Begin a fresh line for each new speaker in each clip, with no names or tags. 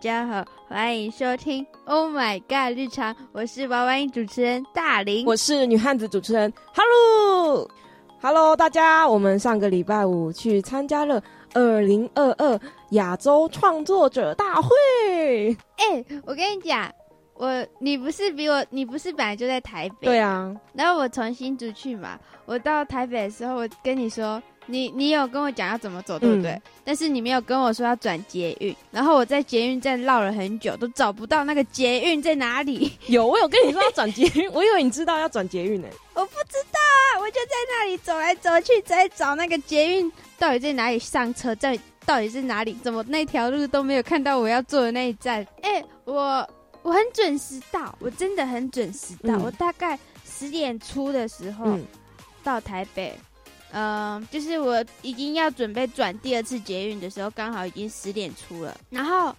家好，欢迎收听《Oh My God 日常》，我是娃娃音主持人大林。
我是女汉子主持人哈喽哈喽，大家，我们上个礼拜五去参加了二零二二亚洲创作者大会。
哎、我跟你讲，我你不是比我，你不是本来就在台北？
对。啊，
然后我从新竹去嘛，我到台北的时候，我跟你说，你你有跟我讲要怎么走，对不对？
嗯
但是你没有跟我说要转捷运，然后我在捷运站绕了很久，都找不到那个捷运在哪里。
有我有跟你说要转捷运， 我以为你知道要转捷运呢、
我不知道啊，我就在那里走来走去，在找那个捷运到底在哪里上车，在到底是哪里，怎么那条路都没有看到我要坐的那一站？哎、我我很准时到，我真的很准时到，
嗯
我大概十点出的时候、
嗯，
到台北。嗯、就是我已经要准备转第二次捷运的时候，刚好已经十点出了。然后，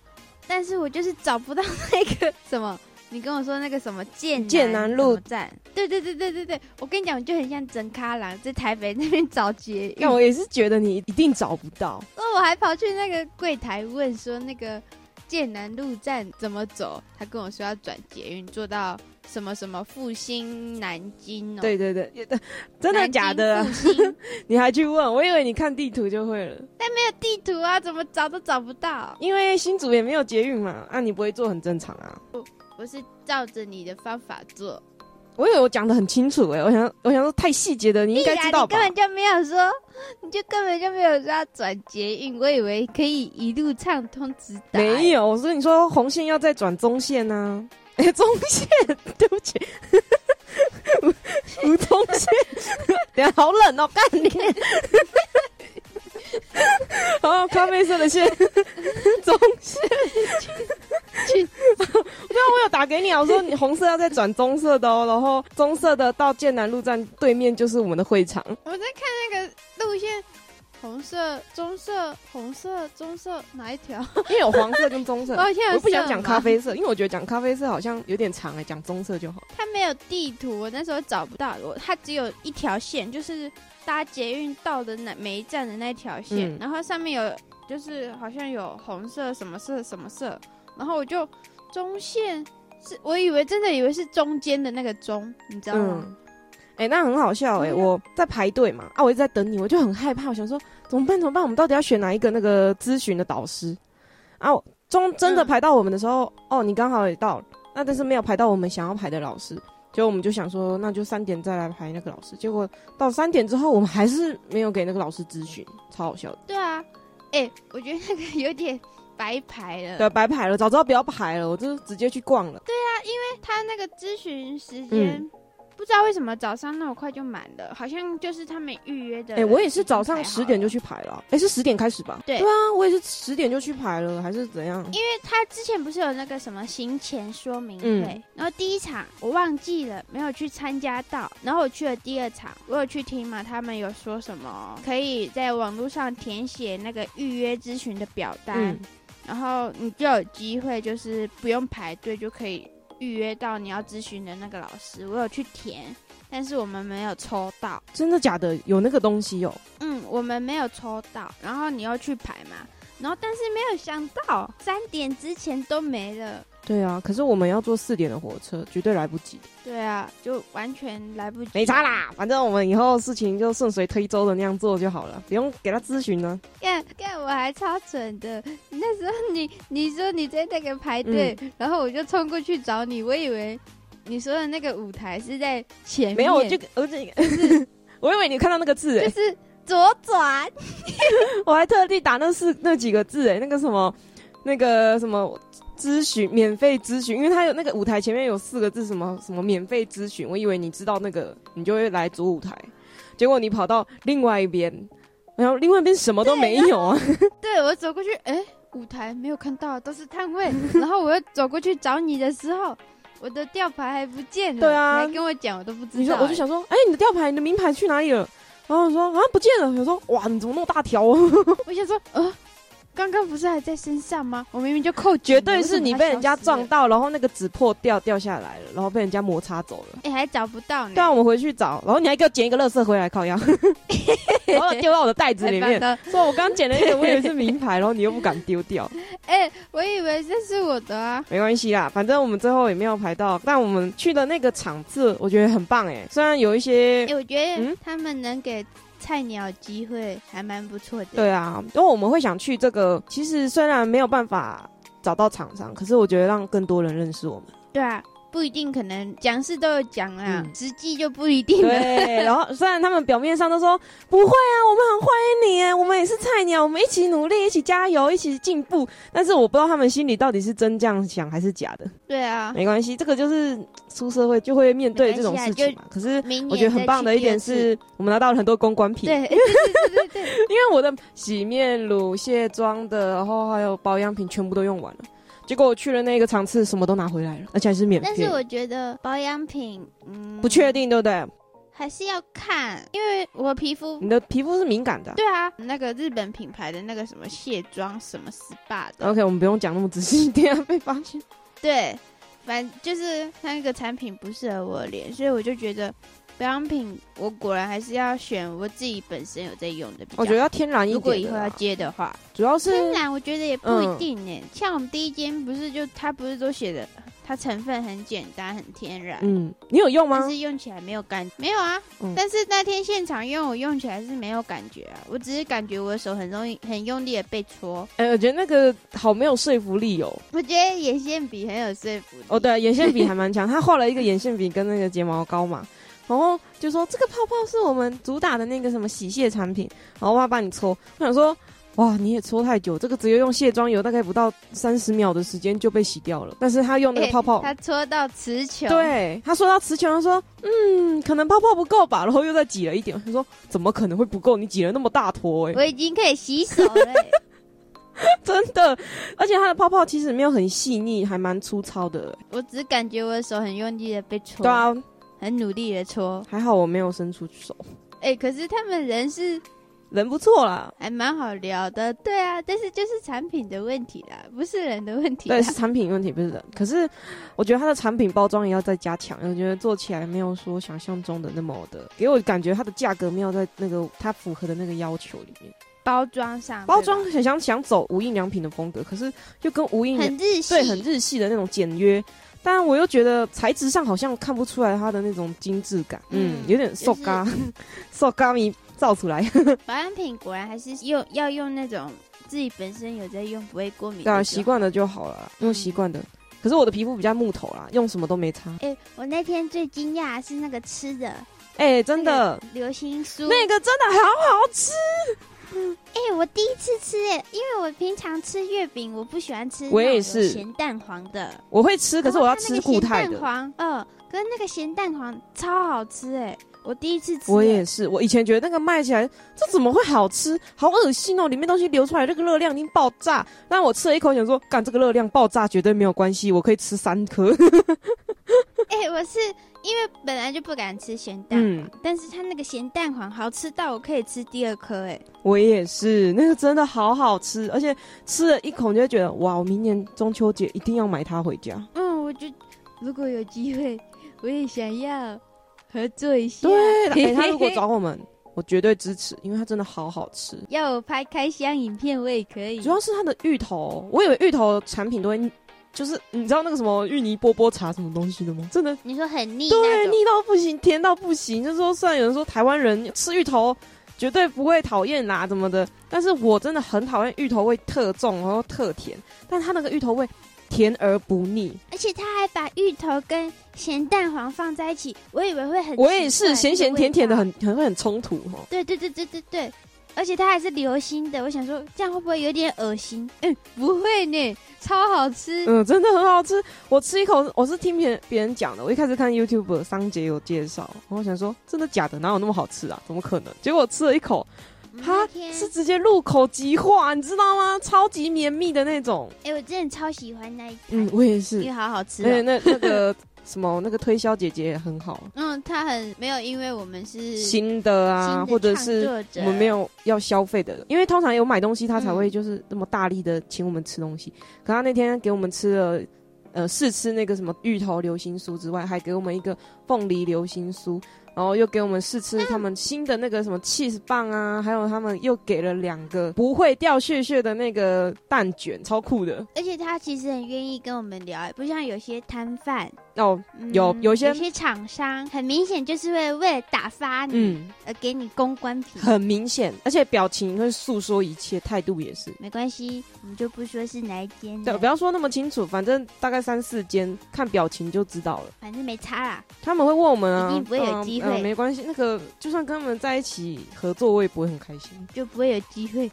但是我就是找不到那个什么，你跟我说那个什么剑
剑
南
南
什
路
么站，对对对对对对，我跟你讲，我就很像整咖郎在台北那边找捷运，
但我也是觉得你一定找不到。
然后我还跑去那个柜台问说那个剑南路站怎么走，他跟我说要转捷运，坐到什么什么复兴南京哦，
对对对，也嗯 真的
南京
假的啊？
复兴
你还去问？我以为你看地图就会了，
地图啊，怎么找都找不到。
因为新竹也没有捷运嘛，啊，你不会做很正常啊。
我是照着你的方法做，
我以为我讲的很清楚哎、我想我想说太细节哎的，你应该
屁啦
知道
你
吧
根？本就没有说，你就根本就没有说要转捷运，我以为可以一路畅通直达。
没
有，
有，我说你说红线要再转中线 呐、啊，哎、中线，对不 起，吴吴中线，等一下好冷哦，干你，哦，咖啡色的线，中线，
去
我有打给你啊，我说你红色要再转棕色的哦，然后棕色的到剑南路站对面就是我们的会场，
我在看那个路线，红色、棕色、红色、棕色哪一条？
因为哦有黄色跟棕色
我。好像有
呃我不想
色
讲
盲
咖，啡色，因为我觉得讲咖啡色好像有点长哎、讲棕色就好。
它没有地图，我那时候找不到，我它只有一条线，就是搭捷运到的那每一站的那条线，
嗯
然后上面有就是好像有红色什么色什么色，然后我就中线是我以为真的以为是中间的那个中，你知道吗？
嗯，哎、那很好笑
对
哎、
啊
我在排队嘛，啊，我一直在等你，我就很害怕，我想说怎么办怎么办？我们到底要选哪一个那个咨询的导师啊？我中真的
嗯
排到我们的时候，哦，你刚好也到了，那但是没有排到我们想要排的老师，结果我们就想说那就三点再来排那个老师，结果到三点之后，我们还是没有给那个老师咨询，超好笑的，
对啊，哎、我觉得那个有点白排了。
对，白排了，早知道不要排了，我就直接去逛了。
他那个咨询时间、
嗯
不知道为什么早上那么快就满了，好像就是他们预约的。
哎、我也是早上十点就。去排了啊，哎、是十点开始吧？
对
对啊，我也是十点就去排了，还是怎样？
因为他之前不是有那个什么行前说明会，
嗯
然后第一场我忘记了，没有去参加到。然后我去了第二场，我有去听嘛，他们有说什么可以在网络上填写那个预约咨询的表单，
嗯，
然后你就有机会，就是不用排队就可以预约到你要咨询的那个老师。我有去填，但是我们没有抽到。
真的假的？有那个东西哦、
嗯，我们没有抽到，然后你又去排嘛，然后但是没有想到三点之前都没了。
对啊，可是我们要坐四点的火车，绝对来不及。
对啊，就完全来不及。
没差。啦，反正我们以后事情就顺水推舟的那样做就好了，不用给他咨询啊呢。
干干，我还超蠢的。那时候你你说你在那个排队，
嗯
然后我就冲过去找你，我以为你说的那个舞台是在前面，
没有，我就我就 我以为你看到那个字、
就
欸，
是左转。
我还特地打那四那几个字、欸，那个什么，那个什么。咨询免费咨询，因为他有那个舞台前面有四个字，什么什么免费咨询，我以为你知道那个，你就会来主舞台，结果你跑到另外一边，然后另外一边什么都没有啊。
对我走过去，哎、舞台没有看到，都是摊 位。然后我又走过去找你的时候，我的吊牌还不见了。
对啊
你还跟我讲，我都不知道、
你说，我就想说，哎、你的吊牌、你的名牌去哪里了？然后我说啊，不见了。我说，哇，你怎么那么大条、啊？
哎，我想说，呃，刚刚不是还在身上吗？我明明就扣紧
绝
了
对是你被人家撞。到，然后那个纸破掉掉下来了，然后被人家摩擦走了。
哎、欸还找不到呢。
对啊，我们回去找，然后你还给我捡一个垃圾回来， 靠腰，然后丢到我的袋子里 面。
的，
说我刚捡了一个，我以为是名牌，然后你又不敢丢掉，
哎、我以为这是我的啊。
没关系啦，反正我们最后也没有排到，但我们去的那个场次，我觉得很棒哎、虽然有一些
哎、。我觉得
嗯
他们能给菜鸟机会还蛮不错的。
对啊，因为我们会想去这个，其实虽然没有办法找到厂商，可是我觉得让更多人认识我们。
对啊，不一定可能讲是都有讲啦，
嗯
实际就不一定了。
对，然后虽然他们表面上都说不会啊，我们很欢迎你哎，我们也是菜鸟，我们一起努力，一起加油，一起进步。但是我不知道他们心里到底是真这样想还是假的。
对啊，
没关系，这个就是出社会就会面对这种事情嘛。可是
明年
我觉得很棒的一点
再去
是我们拿到了很多公关品，
第二次，对对对对对对，
因为 我的洗面乳、卸妆的，然后还有保养品全部都用完了。结果我去了那个场次，什么都拿回来了，而且还是免费。
但是我觉得保养品，嗯，
不确定，对不对？
还是要看，因为我皮肤
你的皮肤是敏感的啊、
对啊，那个日本品牌的那个什么卸妆什么 SPA 的，
OK，我们不用讲那么仔细， 等一下被发现。
对，反就是那个产品不适合我的脸，所以我就觉得保养品我果然还是要选我自己本身有在用的比较好。
我觉得要天然一
如
点
果
的啦。
以后要接的话，
主要是
当然我觉得也不一
嗯
定呢、像我们第一间不是就它不是都写的它成分很简单很天然，
嗯，你有用吗
但？是用起来没有感，没有啊。
嗯
但是那天现场用，我用起来是没有感觉啊，我只是感觉我的手很容易、很用力的被搓。
哎、我觉得那个好没有说服力哦。
我觉得眼线笔很有说服力。
哦，，对，眼线笔还蛮强，他画了一个眼线笔跟那个睫毛膏嘛，然后就说这个泡泡是我们主打的那个什么洗卸产品，然后我要帮你搓。我想说，哇，你也搓太久，这个只有用卸妆油大概不到三十秒的时间就被洗掉了，但是他用那个
哎
泡泡。
它搓到词球。，
对，他说到词穷，他说嗯，可能泡泡不够吧，然后又再挤了一点。他说怎么可能会不够？你挤了那么大坨、欸，
我已经可以洗手了、欸。
真的，而且它的泡泡其实没有很细腻，还蛮粗糙的、
我只感觉我的手很用力的被搓，
对啊，
很努力的搓。
还好我没有伸出手，
哎、可是他们人是
人不错啦。
还蛮好聊的，对啊，但是就是产品的问题啦，不是人的问题啦。
对，是产品问题，不是人。可是我觉得它的产品包装也要再加强，我觉得做起来没有说想象中的那么的，给我感觉它的价格没有在那个它符合的那个要求里面。
包装上，
包装
啊对吧
很想想走无印良品的风格，可是又跟无印良
很日系，
对很日系的那种简约，但我又觉得材质上好像看不出来它的那种精致感，嗯，
嗯
有点
就
瘦
是
嘎瘦嘎咪造出来。
保养品果然还是用要用那种自己本身有在用，不会过敏。
对啊，习。惯了就好了，用
嗯
习惯的。可是我的皮肤比较木头啦，用什么都没差。
哎、我那天最惊讶的是那个吃的
哎、真的，
流心酥，
那个真的好好吃。
哎、我第一次吃、哎，因为我平常吃月饼，我不喜欢吃
我也
那种有
是
咸蛋黄的，
我会吃，可是我
然
要
后它那
吃
个
固态
咸蛋
的。
黄，嗯，可是那个咸蛋黄超好吃、哎，我第一次吃、
我
哎
也是，我以前觉得那个卖起来，这怎么会好吃？好恶心哦！里面东西流出来，那个热量已经爆炸。但我吃了一口，想说，干这个热量爆炸绝对没有关系，我可以吃三 颗。
哎、我是因为本来就不敢吃咸蛋黄，
嗯，
但是它那个咸蛋黄好吃到我可以吃第二颗、哎，
我也是，那个真的好好吃，而且吃了一口你就会觉得，哇，我明年中秋节一定要买它回家。
嗯，我就如果有机会，我也想要合作一下。
对，哎、他如果找我们，我绝对支持，因为它真的好好吃。
要我拍开箱影片，我也可以。
主要是它的芋头，我以为芋头产品都会，就是你知道那个什么芋泥波波茶什么东西的吗？真的，
你说很腻
对，啊
那种，
腻到不行，甜到不行。就是说，虽然有人说台湾人吃芋头绝对不会讨厌啦，怎么的，但是我真的很讨厌芋头味特重，然后特甜，但它那个芋头味甜而不腻。
而且他还把芋头跟咸蛋黄放在一起，我以为会很
我也
奇怪
是咸咸甜甜的
那个味
很，很很很冲突哦。
道。对对对对对对，而且它还是流心的，我想说这样会不会有点恶心？嗯，不会呢，超好吃。
嗯，真的很好吃。我吃一口，我是听别人别人讲的。我一开始看 YouTube 桑杰有介绍，然后我想说，真的假的？哪有那么好吃啊？怎么可能？结果我吃了一口，
嗯那天
是直接入口即化，你知道吗？超级绵密的那种。
哎，我真的超喜欢那一盘，
嗯，我也
因
是
为。好好吃
而且
哦。
那那个 什么那个推销姐姐也很好，
嗯，他很没有，因为我们是
新的啊，
新的
或者
创
是
作者
我们没有要消费的，因为通常有买东西，他才会就是那么大力的请我们吃东西。可他那天给我们吃了，呃，试吃那个什么芋头流心酥之外，还给我们一个凤梨流心酥，然后又给我们试吃他们新的那个什么 cheese 棒啊，还有他们又给了两个不会掉屑屑的那个蛋卷，超酷的
而且他其实很愿意跟我们聊，不像有些摊贩，
哦，
嗯
有有
有
些
些厂商很明显就是会为了打发你，
嗯，
而给你公关品。
很明显，而且表情会诉说一切，态度也是。
没关系，我们就不说是哪一间了，
对，不要说那么清楚，反正大概三四间，看表情就知道了。
反正没差啦。
他们会问我们啊，
一定不会有
嗯
机会
嗯没关系。那个就算跟他们在一起合作，我也不会很 开心。
就不会有机会，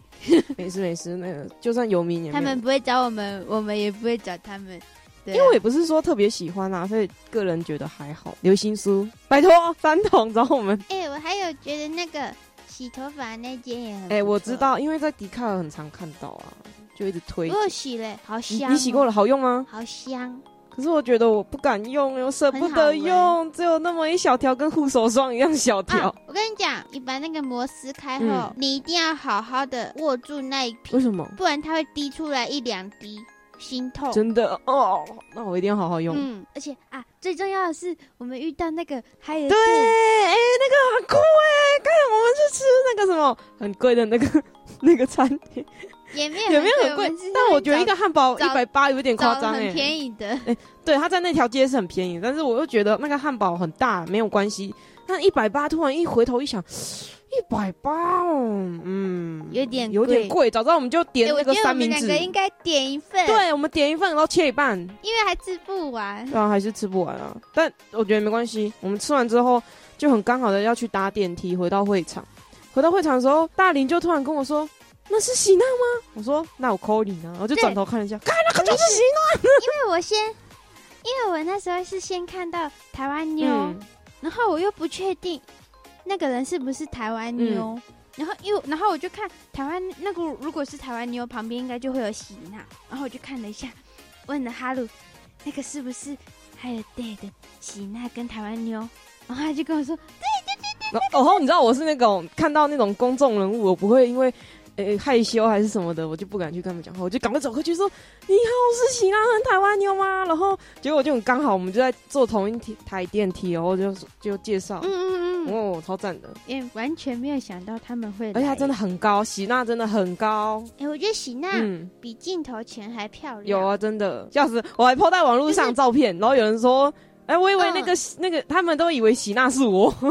没事没事，那个就算有名也没有
他们，不会找我们，我们也不会找他们。对啊、
因为我也不是说特别喜欢啊，所以个人觉得还好。流行书，拜托三桶找 我们。
哎、我还有觉得那个洗头发那间也很不错，
哎、我知道，因为在迪卡尔很常看到啊，就一直推
我。有洗嘞，好
你
香、
你洗过
了？
了，好用吗？
好香，
可是我觉得我不敢用，又舍不
很好
得
闻
用，只有那么一小条，跟护手霜一样小条。
啊！我跟你讲，你把那个膜撕开后，
哦嗯
你一定要好好的握住那一
为
瓶，
什么？
不然它会滴出来一两滴，心痛。
真的哦，那我一定要好好用。
嗯，而且啊，最重要的是，我们遇到那个海尔
对，哎、那个很酷哎、刚才我们去吃那个什么很贵的那个 那个餐厅，
也没有
也没有
贵，
很贵
们是
但我觉得一
那
个汉堡一
找
百八有点
种
夸
找
张
很
哎。
便宜的，
对，它在那条街是很便宜，但是我又觉得那个汉堡很大，没有关系。那一百八，突然一回头一想，一百八哦，嗯，
有点
有点
贵。
贵。早知道我们就点
哎我
那
觉
个
得我
三
们
明
两
治
个，应该点一份，，
对，我们点一份，然后切一半，
因为还吃不完。
对啊，还是吃不完啊。但我觉得没关系，我们吃完之后就很刚好的要去搭电梯回到会场。回到会场的时候，大林就突然跟我说：“那是喜娜吗？”我说：“那我扣你呢。”我就转头看了一下，看那个就是喜
因为我先，因为我那时候是先看到台湾妞，
娜。嗯
然后我又不确定那个人是不是台湾妞，
嗯
然后又然后我就看台湾那个如果是台湾妞旁边应该就会有喜娜，然后我就看了一下，问了哈鲁，那个是不是还有 d 的喜娜跟台湾妞，然后他就跟我说
哦然后然后你知道我是那种看到那种公众人物，我不会因为。呃，害羞还是什么的，我就不敢去跟他们讲话，我就赶快走过去说：“你好，我是喜娜，很台湾妞吗？”然后结果就很刚好，我们就在坐同一梯台电梯，然后就就介绍，
嗯嗯嗯，
哦，超赞的。
也完全没有想到他们会来，
而且哎它真的，很高，喜娜真的很高，
哎、我觉得喜娜
嗯，
比镜头前还漂亮，
有啊，真的，笑死！我还抛在网络上照片，然后有人说，哎、我以为
嗯
那个、那个，他们都以为喜娜是我，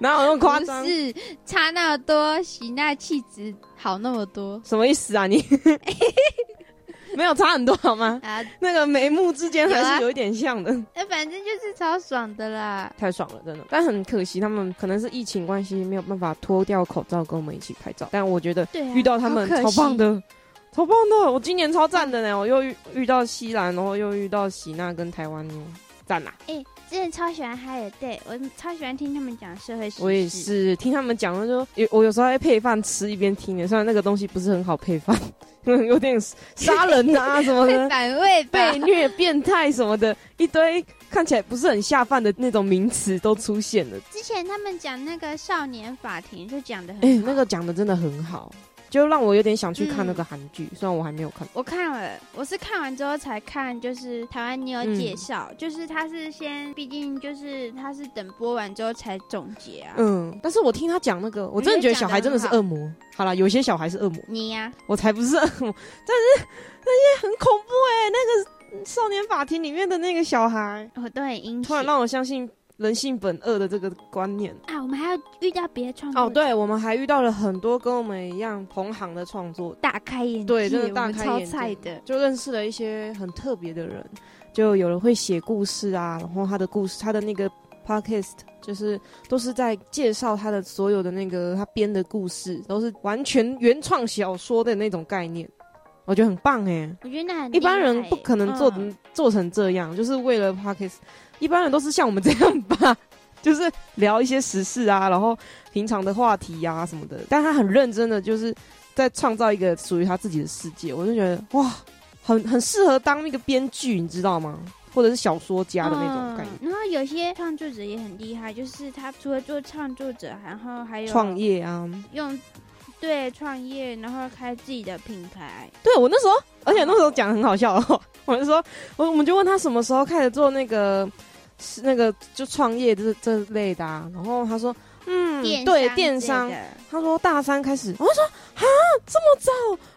哪有那么夸张
不？是差那么多，喜娜气质好那么多
什么意思啊你？ 没有差很多好吗？
啊！
那个眉目之间
有
还
啊
是有一点像的，
那反正就是超爽的啦。
太爽了，真的。但很可惜，他们可能是疫情关系，没有办法脱掉口罩跟我们一起拍照。但我觉得
对、啊，
遇到他们
好可
超
惜
棒。的，超棒的！我今年超赞的呢，我又遇遇到西兰，然后又遇到喜娜跟台湾妞，赞啊啦！
哎、之前超喜欢海尔队，我超喜欢听他们讲社会时事。
我也。是听他们讲的时候，有我有时候还配饭吃一边听的，虽然那个东西不是很好配饭， 有点杀人啊什么
会
的，
反胃吧？
被虐、变态什么的，一堆看起来不是很下饭的那种名词都出现了。
之前他们讲那个少年法庭，就讲的很好、
哎、那个讲的真的很好，就让我有点想去看那个韩剧，虽然我还没有看。
我看了，我是看完之后才看，就是台湾妞介绍，
嗯
就是他是先，毕竟就是他是等播完之后才总结啊。
嗯，但是我听他讲那个，我真的觉得小孩真的是恶魔。好啦，有些小孩是恶魔，
你呀、
我才不是恶魔。 但是那些很恐怖哎、那个少年法庭里面的那个小孩，
我哦都很阴
突然
险
让我相信人性本恶的这个观念。
啊！我们还要遇到别的创作
哦，对，我们还遇到了很多跟我们一样同行的创作者，
大开眼界，
对，真的大
我们
开
超
眼
菜
界
的。
就认识了一些很特别的人，就有人会写故事啊，然后他的故事，他的那个 podcast 就是都是在介绍他的所有的那个他编的故事，都是完全原创小说的那种概念，我觉得很棒哎、
我觉得那很
一般人
厉害
不可能做成、
嗯
做成这样，就是为了 podcast，一般人都是像我们这样吧。就是聊一些时事啊，然后平常的话题呀、什么的，但他很认真的，就是在创造一个属于他自己的世界。我就觉得哇，很很适合当一个编剧，你知道吗？或者是小说家的那种感觉。
嗯然后有些创作者也很厉害，就是他除了做创作者，然后还有
创业啊，
用对创业，然后开自己的品牌。
对我那时候，而且那时候讲得很好笑、 哦，我就说，我我们就问他什么时候开始做那个，是那个就创业这这类的、啊，然后他说，嗯，
电
对，
商
电
之类
商，
的
他说大三开始，我就说啊，这么早，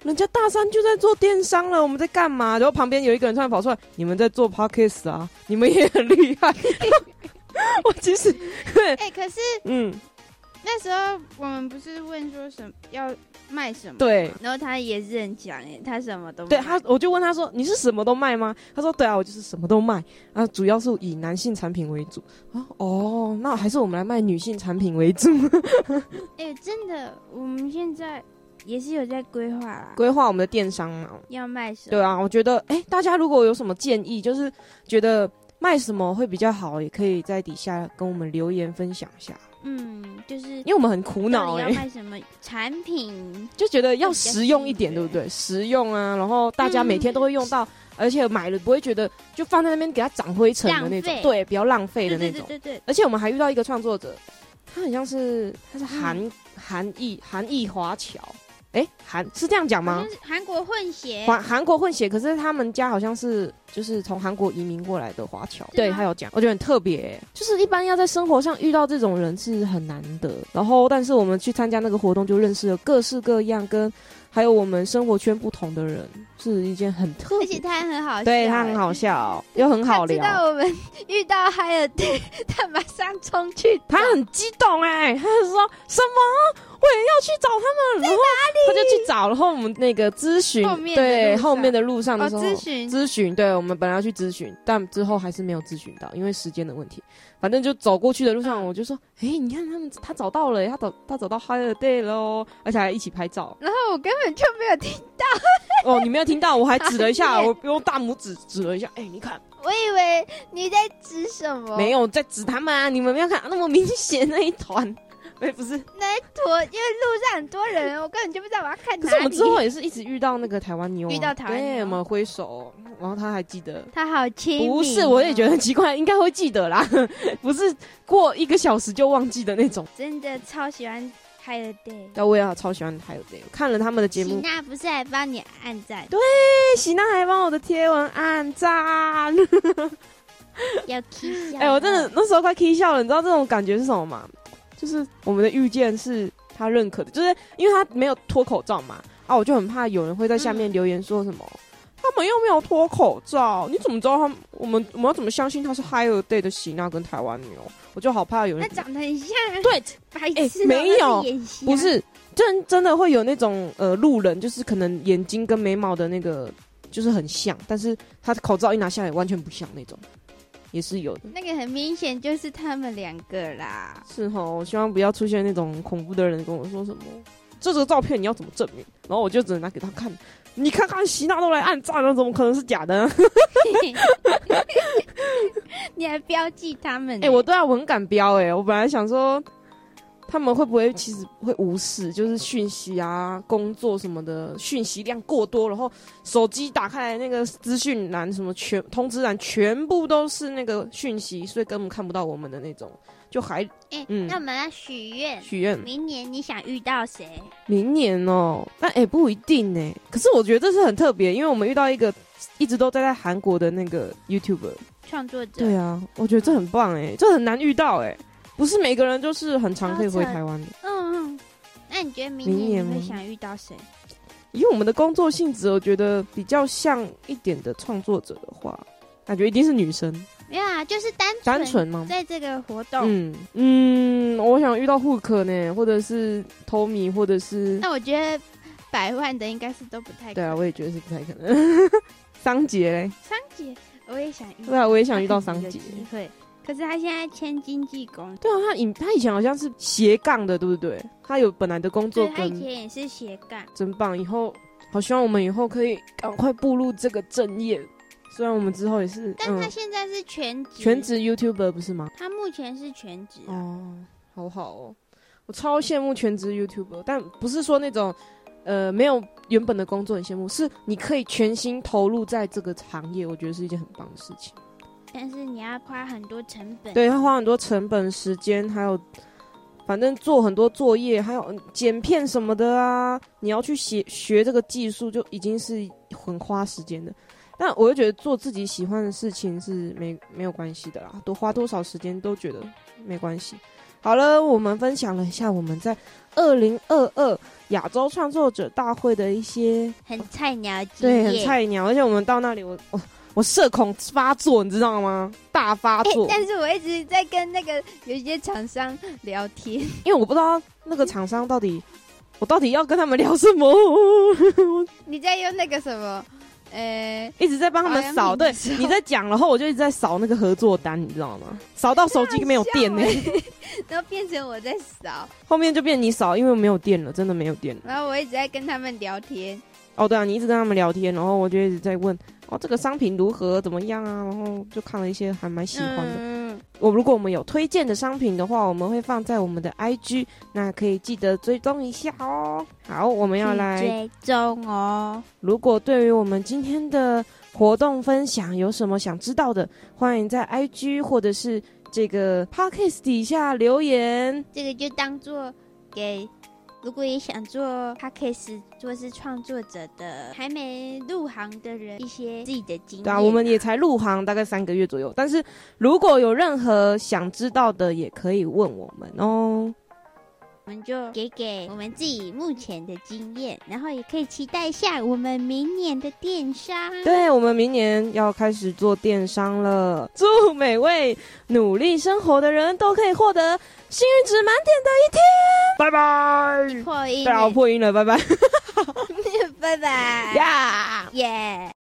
人家大三就在做电商了，我们在干嘛？然后旁边有一个人突然跑出来，你们在做 podcast 啊，你们也很厉害。 我其实，对，
哎、可是
嗯，
那时候我们不是问说什么要卖什么？。
对，
然后他也是很强哎，他什么都
对
卖
他，我就问他说：“你是什么都卖吗？”他说：“对啊，我就是什么都卖啊，主要是以男性产品为主啊。”哦，那还是我们来卖女性产品为主，
哎、真的，我们现在也是有在规划啦，
规划我们的电商嘛。
要卖什么？
对啊，我觉得，哎、大家如果有什么建议，就是觉得卖什么会比较好，也可以在底下跟我们留言分享一下，
嗯，就是
因为我们很苦恼
到底
哎、
要卖什么产品？
就觉得要
会比较嗯
实用一点，
吸
对
引
不对？实用啊，然后大家每天都会用到，而且买了不会觉得就放在那边给它长灰尘的那
浪
种，
费
对，比较浪费
对
的那
对
种。
对对对，
而且我们还遇到一个创作者，他很像是他是韩韩裔韩裔华侨，哎，韩是这样讲
好
吗
像？是韩国混血，
韩韩国混血，可是他们家好像是就是从韩国移民过来的华侨。
是
对
吗
他有讲，我觉得很特别欸、就是一般要在生活上遇到这种人是很难得。然后，但是我们去参加那个活动，就认识了各式各样跟还有我们生活圈不同的人，是一件很特
而
别
且。他很好笑欸，
对他很好笑，又很好
他知
聊。
道我们 遇到海尔，他马上冲去
他很激动哎、他就说什么我也要去找他们，然后他就去找，然后我们那个咨询
后，面的
对
路上
后面的路上
哦
的时候。
咨询，。
咨询，对我们本来要去咨询，但之后还是没有咨询到，因为时间的问题。反正就走过去的路上，我就说：“哎、你看他们，他找到了、他找他找到 Higher Day 喽，而且还一起拍照
然后我根本就没有听，
哦，你没有听到，我还指了一下，
讨厌
我用大拇指指了一下。哎、你看，
我以为你在指什么，
没有在指他们啊，你们没有看那么明显那一团。 哎、不
多，
是，
因为路上很多人，我根本就不知道我要看
可是
哎哪
我们
里
之。后也是一直遇到那个台湾妞啊、
遇到台湾妞
对，我们挥手，然后他还记得。
他好亲民哦，
不是，我也觉得很奇怪，应该会记得啦， 不是过一个小时就忘记的那种。
真的超喜欢海尔 day。
但我也超喜欢还有这个，看了他们的节
喜
目，
娜不是还帮你按赞，
哎，喜娜还帮我的贴文按赞，
要 kiss
哎、我
嗯
真的那时候快 k 笑了，你知道这种感觉是什么吗？就是我们的遇见是他认可的，就是因为他没有脱口罩嘛，啊，我就很怕有人会在下面留言说什么。他们又没有脱口罩，你怎么知道他们？我们我们要怎么相信他是 Higher Day 的喜娜跟台湾妞？我就好怕有
那
人
长得很像
对
白痴哦，
哎没有
那是演戏啊
不是真真的会有那种呃路人，就是可能眼睛跟眉毛的那个就是很像，但是他口罩一拿下来完全不像那种，也是有的。
那个很明显就是他们两个啦。
是哈，我希望不要出现那种恐怖的人跟我说什么这个照片你要怎么证明，然后我就只能拿给他看，你看看希娜都来按赞了，怎么可能是假的呢？
你还标记他们
哎、
呢？
我对啊，我很敢标哎、我本来想说他们会不会其实会无视，就是讯息啊、工作什么的讯息量过多，然后手机打开来那个资讯栏什么全通知栏全部都是那个讯息，所以根本看不到我们的那种，就还
哎、
嗯
那我们要许愿，
许愿
明年你想遇到谁？
明年哦、但哎、不一定呢、可是我觉得这是很特别，因为我们遇到一个一直都待在韩国的那个 YouTuber，
创作者
对啊，我觉得这很棒哎、这很难遇到哎、不是每个人就是很常可以
超
回
扯
台湾的。
嗯嗯。那你觉得明
明年
年你会
吗
想遇到谁？
以我们的工作性质，我觉得比较像一点的创作者的话，感觉一定是女生，
没有啊，就是单纯
单纯吗？
在这个活动。
嗯嗯，我想遇到 Hook 呢，或者是 Tommy，或者是
那我觉得百万的应该是都不太可
对
能
啊，我也觉得是不太可能。 桑杰嘞，
桑姐，我也想遇到，
对啊，我也想遇到桑
有
杰。
机会。可是他现在签经纪公司，
对啊，他以他以前好像是斜杠的，对不对？他有本来的工
对
作
他以
跟
前也是斜杠。
真棒，以后好希望我们以后可以赶快步入这个正业。虽然我们之后也是，
但
嗯
他，现在是全职，
全，职 YouTuber 不是吗？
他目前是全职、啊。
哦，好好哦，我超羡慕全职 YouTuber，但不是说那种呃没有原本的工作很羡慕，是你可以全心投入在这个行业，我觉得是一件很棒的事情。
但是你要花很多成
哎
本。
对他花很多成本、时间，还有反正做很多作业，还有嗯剪片什么的啊。你要去学学这个技术，就已经是很花时间的。但我就觉得做自己喜欢的事情是没没有关系的啦，多花多少时间都觉得没关系。好了，我们分享了一下我们在二零二二亚洲创作者大会的一些
很菜鸟经
对
验。
很。菜鸟，而且我们到那里我我我社恐发作，你知道吗？大发
哎、
作。
但是我一直在跟那个有一些厂商聊天，
因为我不知道那个厂商到底，我到底要跟他们聊什么，
你在用那个什么，呃，
一直在帮他们扫。
保养品的
对
时候，
你在讲，然后我就一直在扫那个合作单，你知道吗？扫到手机没有电呢、
然后变成我在扫，
后面就变你扫，因为没有电了，真的没有电了。
然后我一直在跟他们聊天，
哦，对啊，你一直跟他们聊天，然后我就一直在问，哦，这个商品如何，怎么样啊？然后就看了一些还蛮喜欢的。
嗯，
我如果我们有推荐的商品的话，我们会放在我们的 IG，那可以记得追踪一下哦。好，我们要来
追踪哦，
如果对于我们今天的活动分享有什么想知道的，欢迎在 IG 或者是这个 Podcast 底下留言。
这个就当做给。如果也想做 podcast 或是创作者的，还没入行的人一些自己的经验。
对啊，我们也才入行大概三个月左右，但是如果有任何想知道的，也可以问我们哦。
我们就给给我们自己目前的经验，然后也可以期待一下我们明年的电商。
对我们明年要开始做电商了，祝每位努力生活的人都可以获得幸运值满点的一天。拜拜，
破音
对啊，我破音了，拜拜
拜拜。
呀。
耶。